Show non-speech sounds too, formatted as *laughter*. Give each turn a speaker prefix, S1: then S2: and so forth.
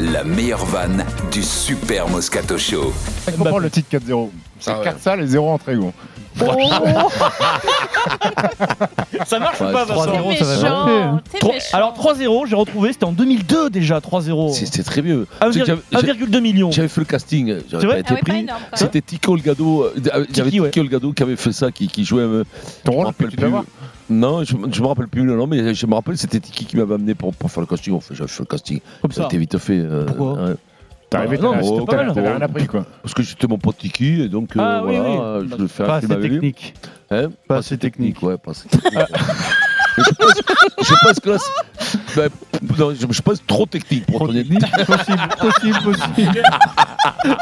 S1: la meilleure vanne du Super Moscato Show.
S2: Je comprends le titre 4-0. C'est
S3: Ah ouais.
S2: 4 salles et 0 entrée, gros.
S4: Oh. *laughs* Ça marche ou pas, Vincent
S5: 3-0, ça va
S6: méchant,
S5: marcher.
S6: t'es
S4: Tro-
S6: méchant.
S4: Alors 3-0, j'ai retrouvé, c'était en 2002 déjà,
S3: C'est-
S4: 3-0.
S3: C'était très vieux. Tu sais,
S4: 1,2
S3: j'avais-
S4: 1,2 million.
S3: J'avais fait le casting, euh,
S4: C'est
S3: j'avais
S4: vrai
S3: pas
S6: ah
S3: été
S6: ouais, pas
S3: pris.
S6: énorme. quand même.
S3: C'était Tico le Gado, euh, euh, j'avais
S4: Tiki, ouais.
S3: Tico le Gado qui avait fait ça, qui, qui jouait. euh,
S2: Ton
S3: je me
S2: rôle,
S3: rappelle
S2: tu dois voir.
S3: Non, je, je me rappelle plus le nom, mais je me rappelle c'était Tiki qui m'avait amené pour, pour faire le casting. Enfin, j'avais fait le casting.
S4: Comme
S3: Ça a
S4: ça.
S3: été vite fait. euh,
S4: Pourquoi
S3: ouais.
S2: T'es arrivé,
S3: Ah non,
S2: t'avais
S3: mais c'était pas
S2: t'avais-
S4: mal.
S2: t'avais rien appris, quoi.
S3: Parce que j'étais mon pote Tiki, et donc euh,
S4: Ah oui,
S3: voilà,
S4: oui.
S3: euh, je le fais
S5: Pas
S3: un film
S5: assez
S3: avec lui.
S5: technique.
S3: Hein
S5: Pas assez technique.
S3: Ouais, pas assez
S4: *laughs*
S3: technique. ouais. Mais je, pense, je pense que là, c'est- ben, p- non, je, je pense trop technique pour ton
S5: Possible, possible, possible.